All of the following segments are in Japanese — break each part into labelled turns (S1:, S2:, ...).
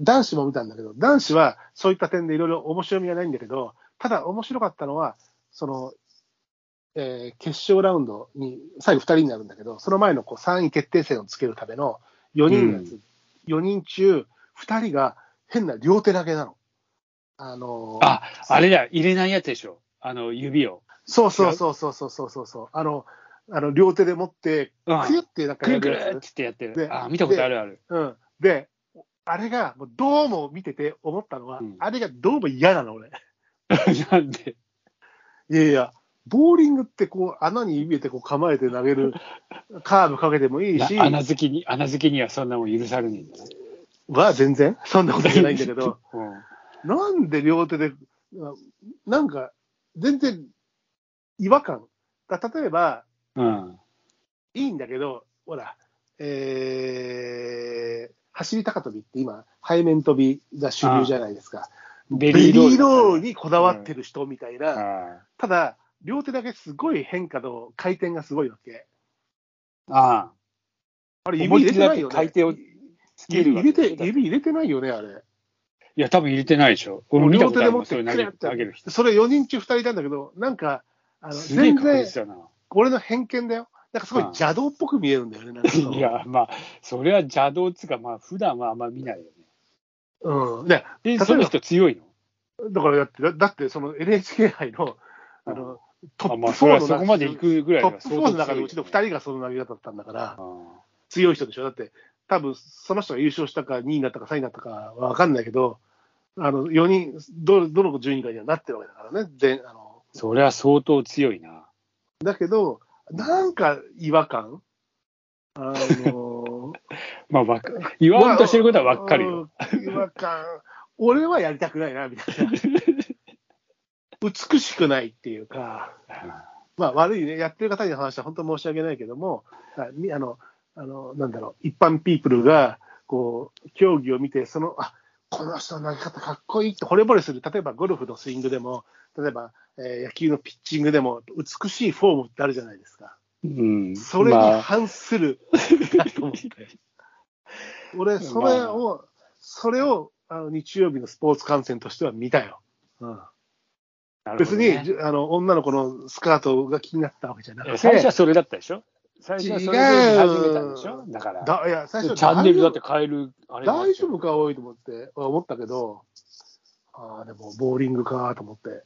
S1: 男子も見たんだけど、男子はそういった点でいろいろ面白みがないんだけど、ただ面白かったのは、その、えー決勝ラウンドに最後2人になるんだけど、その前のこう3位決定戦をつけるための4人のやつ、
S2: う
S1: 4人中2人が変な両手投げなの。あのー
S2: あ、あれだ、入れないやつでしょ。あの、指を。
S1: そうそうそうそうそうそうそうそう、あの、あの両手で持って、
S2: うん
S1: くゆってなんか
S2: く
S1: や
S2: るく
S1: る
S2: る
S1: や
S2: っ
S1: つ。
S2: つってやって
S1: で
S2: る。あ、見たことあるある。
S1: うん、で、あれが、もうどうも見てて思ったのは、
S2: うん
S1: あれがどうも嫌なの、俺。
S2: なんで。
S1: いやいや、ボーリングってこう穴に指でこう構えて投げ る、カーブかけてもいい
S2: な
S1: し、
S2: 穴好きに、穴好きにはそんなもん許されねえんだ。
S1: は全然、 そんなことじゃないんだけど、
S2: うん
S1: なんで両手で、あなんか全然違和感。だ例えば、
S2: うん。
S1: いいんだけど、ほら、えー、走り高跳びって今、背面跳びが主流じゃないですか。
S2: ベ
S1: ベリーロール
S2: に。
S1: にこだわってる人みたいな、
S2: あ
S1: ただ、両手だけすごい変化の回転がすごいわけ。
S2: あ。
S1: あれ、
S2: 思
S1: 指入れ
S2: いっきり
S1: てな
S2: だ
S1: い
S2: け
S1: よ
S2: 回
S1: ね。
S2: 転をつける
S1: 指
S2: わ
S1: 入れ
S2: けでしょ。
S1: て、指入れてないよね、あれ。
S2: いや、多分入れてないでしょ。俺見た
S1: 両
S2: こ
S1: 手
S2: とあ
S1: で
S2: る
S1: 持
S2: もん
S1: って
S2: それ投
S1: くれ
S2: げ
S1: って
S2: 投げる人。
S1: それ4人中2人いたんだけど、なんか、あの
S2: すげえ
S1: 全
S2: 確
S1: 然
S2: 実だな。
S1: 俺の偏見だよ。なんかすごい邪道っぽく見えるんだよね、なんかその
S2: いや、まあ、それは邪道っつうか、まあ、普段はあんま見ないよね。
S1: うん。で、例え
S2: で、
S1: ば
S2: その人強いの
S1: だからだって、だだってその NHK 杯のあのト
S2: あ
S1: ップ
S2: まあ、それ
S1: 4
S2: は
S1: の
S2: そこまで行くぐらい
S1: ト
S2: は
S1: ップ
S2: 相当
S1: 4
S2: 強い
S1: の中でうちの2人がその投げ方だったんだから、
S2: あ
S1: 強い人でしょ。だって、多分その人が優勝したか、2位になったか、3位になったかは分かんないけど、あの4人ど、どの順位かにはなってるわけだからね。全あの
S2: あそれは相当強いな。
S1: だけど、なんか違和感あの
S2: まあ、わか 言わんとしてることはわかるよ。
S1: うん。違和感。俺はやりたくないな、みた いな。美しくないっていうか。まあ、悪いね、やってる方に話は本当申し訳ないけども、あみあの、あの、なんだろう、一般ピープルが、こう、競技を見て、その、あこの人の投げ方かっこいいって惚れ惚れする、例えばゴルフのスイングでも、例えば、えー野球のピッチングでも、美しいフォームってあるじゃないですか。
S2: うん。
S1: それに
S2: まあ、
S1: 反する、だと思って。 俺、それを、それを、あの日曜日のスポーツ観戦としては見たよ。うん
S2: なるほ
S1: 別
S2: ど
S1: に、
S2: ね
S1: じゅあの女の子のスカートが気になったわけじゃなくて、
S2: 最初はそれだったでしょ最初はそれで始めたんでしょ
S1: 違
S2: だから。
S1: だいや最初
S2: チャンネルだって変える、あれ
S1: 大丈夫か多いと思って思ったけど、ああ、でもボーリングかと思って、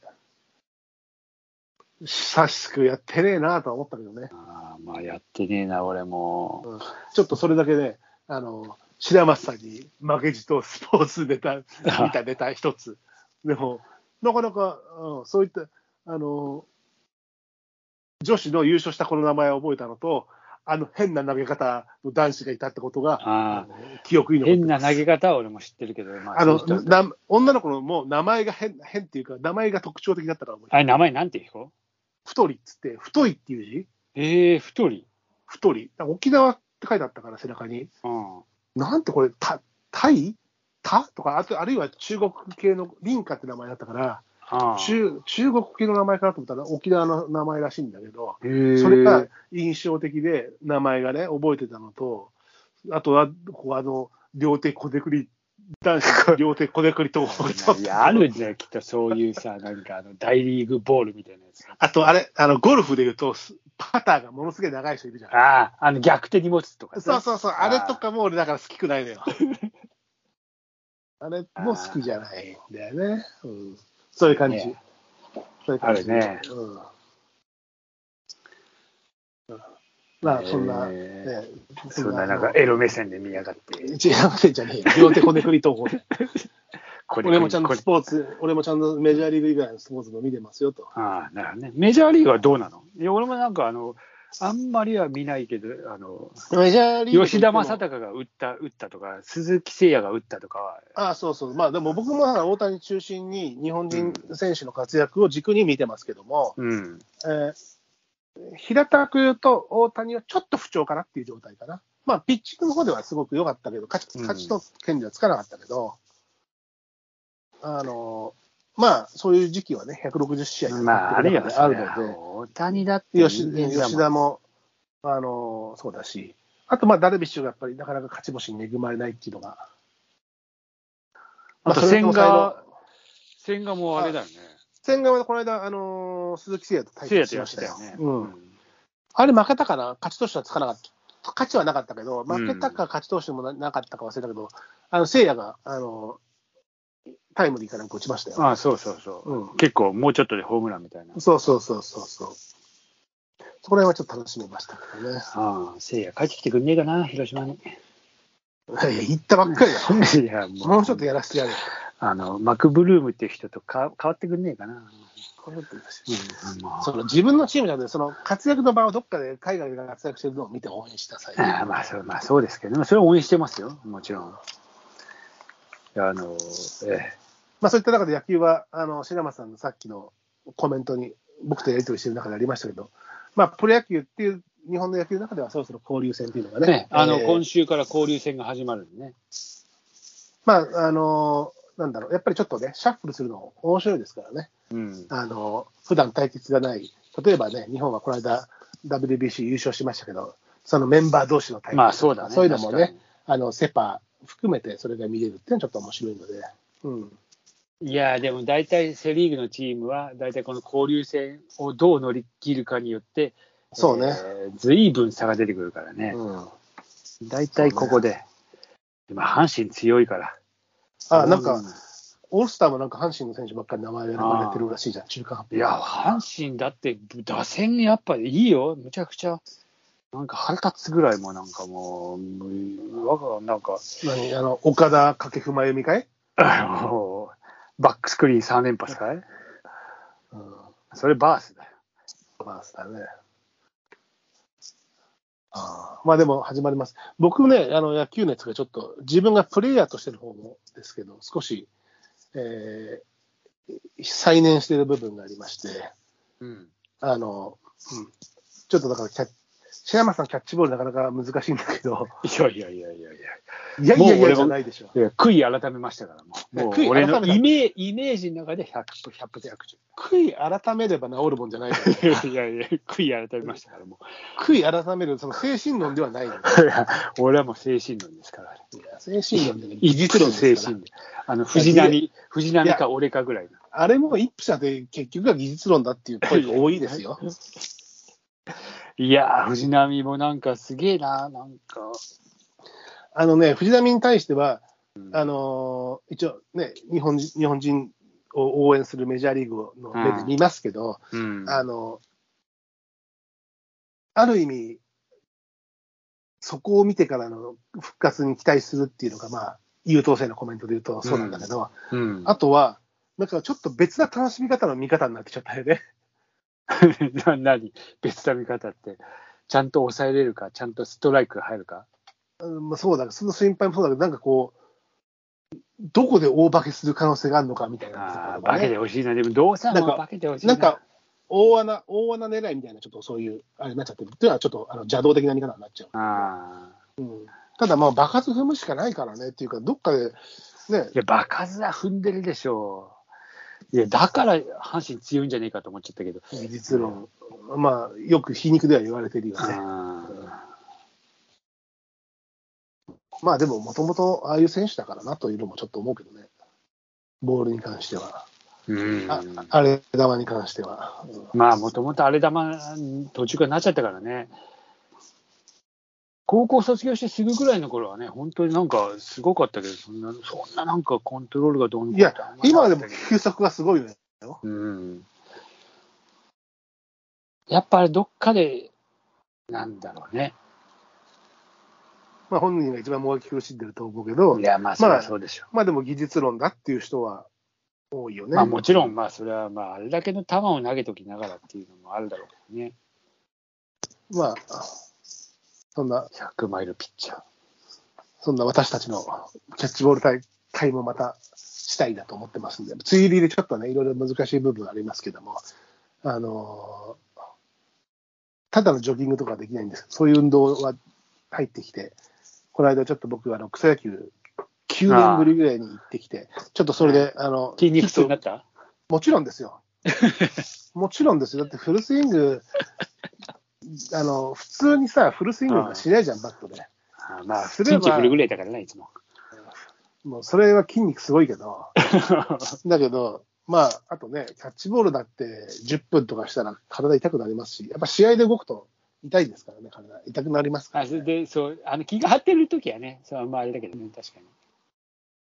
S1: 久しくやってねえなとは思ったけどね、
S2: あーまあ、やってねえな、俺も。
S1: ちょっとそれだけね、あの白松さんに負けじとスポーツネ タ、見たネタ一つ、でも、なかなか、うん、そういった、あの女子の優勝した子の名前を覚えたのと、あの変な投げ方の男子がいたってことが、
S2: あ
S1: あの記憶に
S2: ー
S1: 残って
S2: 変
S1: ま
S2: な
S1: す
S2: 投げ方は俺も知ってるけど、まあ、
S1: あの
S2: そういう人だった
S1: な女の子のもう名前が変変っていうか、名前が特徴的だったから覚えて
S2: あれ、名前なんて聞こ
S1: 太りっつって、太いっていう字、
S2: ええー、太り。
S1: 太り、なんか沖縄って書いてあったから、背中に。
S2: うん。
S1: なんてこれ、たタイタとかあと、あるいは中国系の林家って名前だったから、
S2: あ
S1: 中中国系の名前かなと思ったら、沖縄の名前らしいんだけど、
S2: そ
S1: それが印象的で、名前がね、覚えてたのと、あとは、こうあの、両手こでくり、男子の両手こでくりと、
S2: いや、あるんだよ、きっとそういうさ、なんかあの、大リーグボールみたいなやつ。
S1: あと、あれ、あの、ゴルフで言うと、スパターがものすげえ長い人いるじゃん。
S2: ああ、あの、逆手に持つとかね
S1: そうそうそう、あれとかも俺だから好きくないのよ。あれも好きじゃないんだよね。うん、そういう感じ。
S2: ね
S1: そういう感じ。
S2: あるね
S1: うん。まあ、そんな、
S2: えー
S1: ね、
S2: そんな、なんか、エロ目線で見やがって。
S1: 一覧せんじゃねえよ。両手骨振り投 法で。
S2: これ
S1: 俺もちゃん
S2: ことれ
S1: スポーツ、俺もちゃんとメジャーリーグ以外のスポーツも見てますよと。
S2: ああ、なるほどね。メジャーリーグはどうなのいや、俺もなんか、あの、あんまりは見ないけど、あの、
S1: メジャーリーグ。
S2: 吉田正尚が打った、打ったとか、鈴木誠也が打ったとかは、
S1: ああそうそう、まあでも僕もだから大谷中心に日本人選手の活躍を軸に見てますけども、
S2: うん。
S1: えー平たく言うと、大谷はちょっと不調かなっていう状態かな、まあ、ピッチングの方ではすごく良かったけど、勝ち
S2: うん
S1: 勝ちの権利はつかなかったけど、あのーまあ、そういう時期はね、160試合とか
S2: まあ、あるよ、
S1: あるので、
S2: 大谷だって
S1: 吉
S2: 人間だもん
S1: 吉田も、あのーそうだし、あと、まあダルビッシュがやっぱりなかなか勝ち星に恵まれないっていうのが
S2: あ
S1: そ
S2: と
S1: れ
S2: 千
S1: と
S2: 賀、千賀もあれだよね。
S1: 千賀はこの間、あのー鈴木誠也と対
S2: せいや
S1: 戦
S2: と
S1: し
S2: や
S1: ま
S2: っ
S1: してた
S2: た
S1: よう
S2: よ。ね。
S1: ん。あれ負けたかな勝ち投手はつかなかった。勝ちはなかったけど、負けたか勝ち投手もななかったか忘れたけど、あの、聖夜が、あの、タイムリーかなんか打ちましたよ。
S2: ああそうそうそう。
S1: うん。
S2: 結構もうちょっとでホームランみたいな。
S1: そうそうそうそうそう。そこら辺はちょっと楽しみましたけどね。
S2: ああ、せいや帰ってきてくんねえかな、広島に。
S1: いや、行ったばっかりだよ。
S2: いや、もう、
S1: もうちょっとやらせてやれよ。
S2: あの、マクブルームっていう人とか変わってくんねえかな。
S1: こういうことです
S2: う
S1: よ
S2: ん、まあ
S1: その自分のチームじゃなくて、その活躍の場をどっかで海外が活躍してるのを見て応援しなさい。
S2: ああまあそう、まあそうですけど、ね、それは応援してますよ、もちろん。いやあの、え
S1: まあ、そういった中で野球は、あの白松さんのさっきのコメントに、僕とやり取りしてる中でありましたけど、まあ、プロ野球っていう、日本の野球の中ではそろそろ交流戦っていうの
S2: え
S1: がね、
S2: あの、
S1: えー
S2: 今週から交流戦が始まるんでね。
S1: まあ、あのなんだろう、やっぱりちょっとね、シャッフルするの面白いですからね、
S2: うん。
S1: あの普段対決がない、例えばね、日本はこの間、WBC 優勝しましたけど、そのメンバー同士の対決とか、
S2: まあそうだね。
S1: そういうのも
S2: 確
S1: ね
S2: か、
S1: あのセ・パ含めてそれが見れるっていうのはちょっと面白いので、うん、
S2: に。いや、でも大体セ・リーグのチームは、大体この交流戦をどう乗り切るかによって、
S1: そうね
S2: えーずいぶん差が出てくるからね。
S1: うん、
S2: 大体ここで。今、阪神強いから。
S1: あなんか
S2: う、
S1: オールスターもなんか阪神の選手ばっかり名前選ばれてるらしいじゃん、中間発表。
S2: いや、阪神だって、打線やっぱいいよ、むちゃくちゃ。なんか腹立つぐらいもうなんかもうもう、わがなんか、
S1: 何あの岡田掛布真由美かい、
S2: あのバックスクリーン3連発かい
S1: うん、
S2: それバースだよ。
S1: まあ、そうだね。あーまあでも始まります。僕ね、あの野球熱がちょっと、自分がプレイヤーとしての方もですけど、少し、えー再燃している部分がありまして、
S2: うん。
S1: あの、うんちょっとだからキャッ、白山さん、キャッチボールなかなか難しいんだけど、
S2: いやいやいやいやい
S1: いやいやい
S2: もう俺
S1: や
S2: も
S1: じゃないでしょ。
S2: や。いや悔い改めましたから、もう。も
S1: 悔
S2: う
S1: い改
S2: 俺
S1: めた
S2: のイメージイメージの中で100、100、
S1: 悔い改めれば治るもんじゃないから
S2: 100。いやいや、悔い改めましたから、も
S1: 悔い改める、その精神論ではないので
S2: う。いや、俺はもう精神論ですから。
S1: 精神論でね、
S2: 技術論、精
S1: ですから
S2: 神論。あの、藤波、藤波か俺かぐらいの。
S1: あれも一夫者で結局は技術論だっていう声が多いですよ。
S2: いやー、藤波もなんかすげえな、なんか。
S1: あのね、藤波に対しては、
S2: うん
S1: あのー一応ね、日本人日本人を応援するメジャーリーグの目で見ますけど、
S2: うん
S1: あのある意味、そこを見てからの復活に期待するっていうのが、まあ、優等生のコメントで言うとそうなんだけど、
S2: うん
S1: あとは、なんかちょっと別な楽しみ方の見方になってきちゃったよね。
S2: な何別な見方って。ちゃんと抑えれるか、ちゃんとストライクが入るか。
S1: うんまあ、そうだけど、その心配もそうだけど、なんかこう、どこで大化けする可能性があるのかみたい
S2: あ
S1: な、
S2: あ、化けてほしいな。でも、どうせ
S1: なんか
S2: もう化けてほしい
S1: なんか、大穴、大穴狙いみたいな、ちょっとそういう、あれになっちゃってる。というのは、ちょっとあの邪道的な見方になっちゃう。
S2: ああ。
S1: うん、ただ、まあ、爆発踏むしかないからねっていうか、どっかで、ね
S2: い、や、場数は踏んでるでしょう。いや、だから、阪神強いんじゃねえかと思っちゃったけど。
S1: 技術論、まあ、よく皮肉では言われてるよね。
S2: あ
S1: まあ、でも、もともとああいう選手だからなというのもちょっと思うけどね。ボールに関しては、
S2: ーうん。
S1: ああれ球に関しては。うん
S2: まあ、もともとあれ玉、途中からなっちゃったからね。高校卒業してすぐぐらいの頃はね、本当になんかすごかったけど、そんな、そんななんかコントロールがどんどん
S1: いや、今でも
S2: う
S1: 球速がすごいよね。
S2: ん。やっぱあれどっかで、なんだろうね。
S1: まあ、本人が一番もがき苦しんでると思うけど
S2: い、や、まあ、それはそうでしょう。
S1: まあでも技術論だっていう人は多いよね。
S2: まあ、もちろん、まあ、それはまあ、あれだけの球を投げときながらっていうのもあるだろうけどね。
S1: まあ、そんな、
S2: 100マイルピッチャー。
S1: そんな私たちのキャッチボール大会もまたしたいなと思ってますんで、梅雨入りでちょっとね、いろいろ難しい部分ありますけども、あのーただのジョギングとかはできないんですけど、そういう運動は入ってきて、この間ちょっと僕、あの草野球9年ぶりぐらいに行ってきて、ちょっとそれで、あの、
S2: 筋肉痛になった
S1: もちろんですよ。もちろんですよ。だってフルスイング、あの、普通にさ、フルスイングがしないじゃん、バットで。
S2: あーまあ、
S1: すれば
S2: 筋肉振るぐらいだからね、いつも。
S1: もうそれは筋肉すごいけど、だけど、まあ、あとね、キャッチボールだって10分とかしたら体痛くなりますし、やっぱ試合で動くと痛いですからね、体。痛くなりますから、
S2: あそ
S1: ね。
S2: れで、そう、あの、気が張ってる時はね、そう、まあ、あれだけどね、確かに。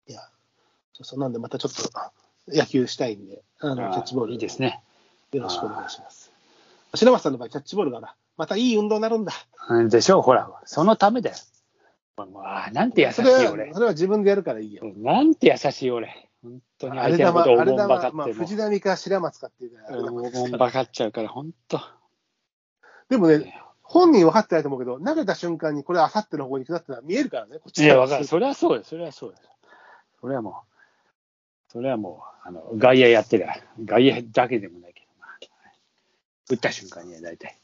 S1: いや、そうそうなんでまたちょっとあ野球したいんで、あの、
S2: あ
S1: キャッチボール
S2: いいですね。
S1: よろしくお願いします。白松さんの場合、キャッチボールがな、またいい運動になるんだ。
S2: うんでしょう、ほら、そのためだよ。もうあーなんて優し
S1: そ
S2: い
S1: れは
S2: 俺。
S1: それは自分でやるからいいよ。
S2: なんて優しい俺。本当に
S1: あ
S2: 相
S1: れ
S2: 手の
S1: 玉、
S2: ことを
S1: あ
S2: 思
S1: れ
S2: うんばかっ
S1: 玉、
S2: ても
S1: まあ、
S2: う
S1: 藤波か白松かっていうぐらいあれだもん
S2: 思うんばかっちゃうから、本当。
S1: でもね、
S2: ね
S1: 本人分かってないと思うけど、投げた瞬間にこれ、あさっての方に行くなってのは見えるからね、こっ
S2: い
S1: ち
S2: や、わかる。
S1: そ
S2: それはそうです。それはそうです。それはもう、それはもう、あの、外野やってりゃ、外野だけでもないけど、まあ、打った瞬間には大体。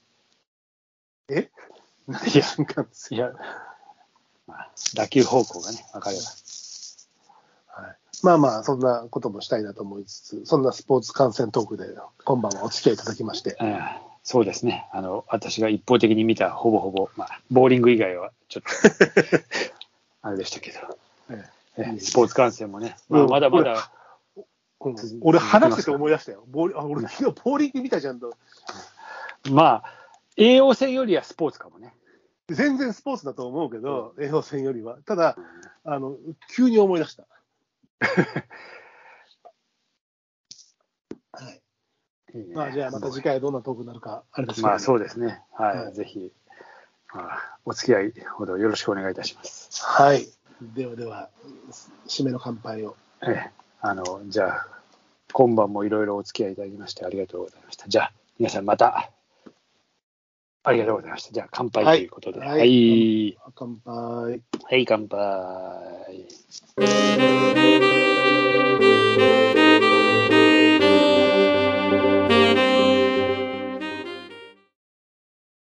S1: え
S2: いや、
S1: 瞬間です
S2: い
S1: よ。
S2: や、まあ、打球方向がね、わかれば。
S1: はい、まあまあ、そんなこともしたいなと思いつつ、そんなスポーツ観戦トークで、今晩はお付き合いいただきまして、
S2: うんそうですね。あの、私が一方的に見た、ほぼほぼ、まあ、ボーリング以外は、ちょっと、 あれでしたけど、
S1: え
S2: えスポーツ観戦もね、まあ、
S1: うん
S2: まだまだ、
S1: うん
S2: 続
S1: 俺、話してて思い出したよ、ボーリあ俺、昨日ボーリング見たじゃんと、
S2: まあ、栄養戦よりはスポーツかもね。
S1: 全然スポーツだと思うけど、栄養戦よりは、ただあの、急に思い出 した。はい
S2: いいね
S1: まあ、じゃあ、また次回どんなトークになるか、あれですけど
S2: まあそうですね。はい。
S1: はい
S2: ぜひ、まあ、お付き合いほどよろしくお願いいたします。
S1: はい。ではでは、締めの乾杯を。
S2: ええ。あの、じゃあ、今晩もいろいろお付き合いいただきましてありがとうございました。じゃあ、皆さんまた、ありがとうございました。じゃあ、乾杯ということで。
S1: は
S2: はいい。はい、
S1: 乾杯。
S2: はい、乾杯。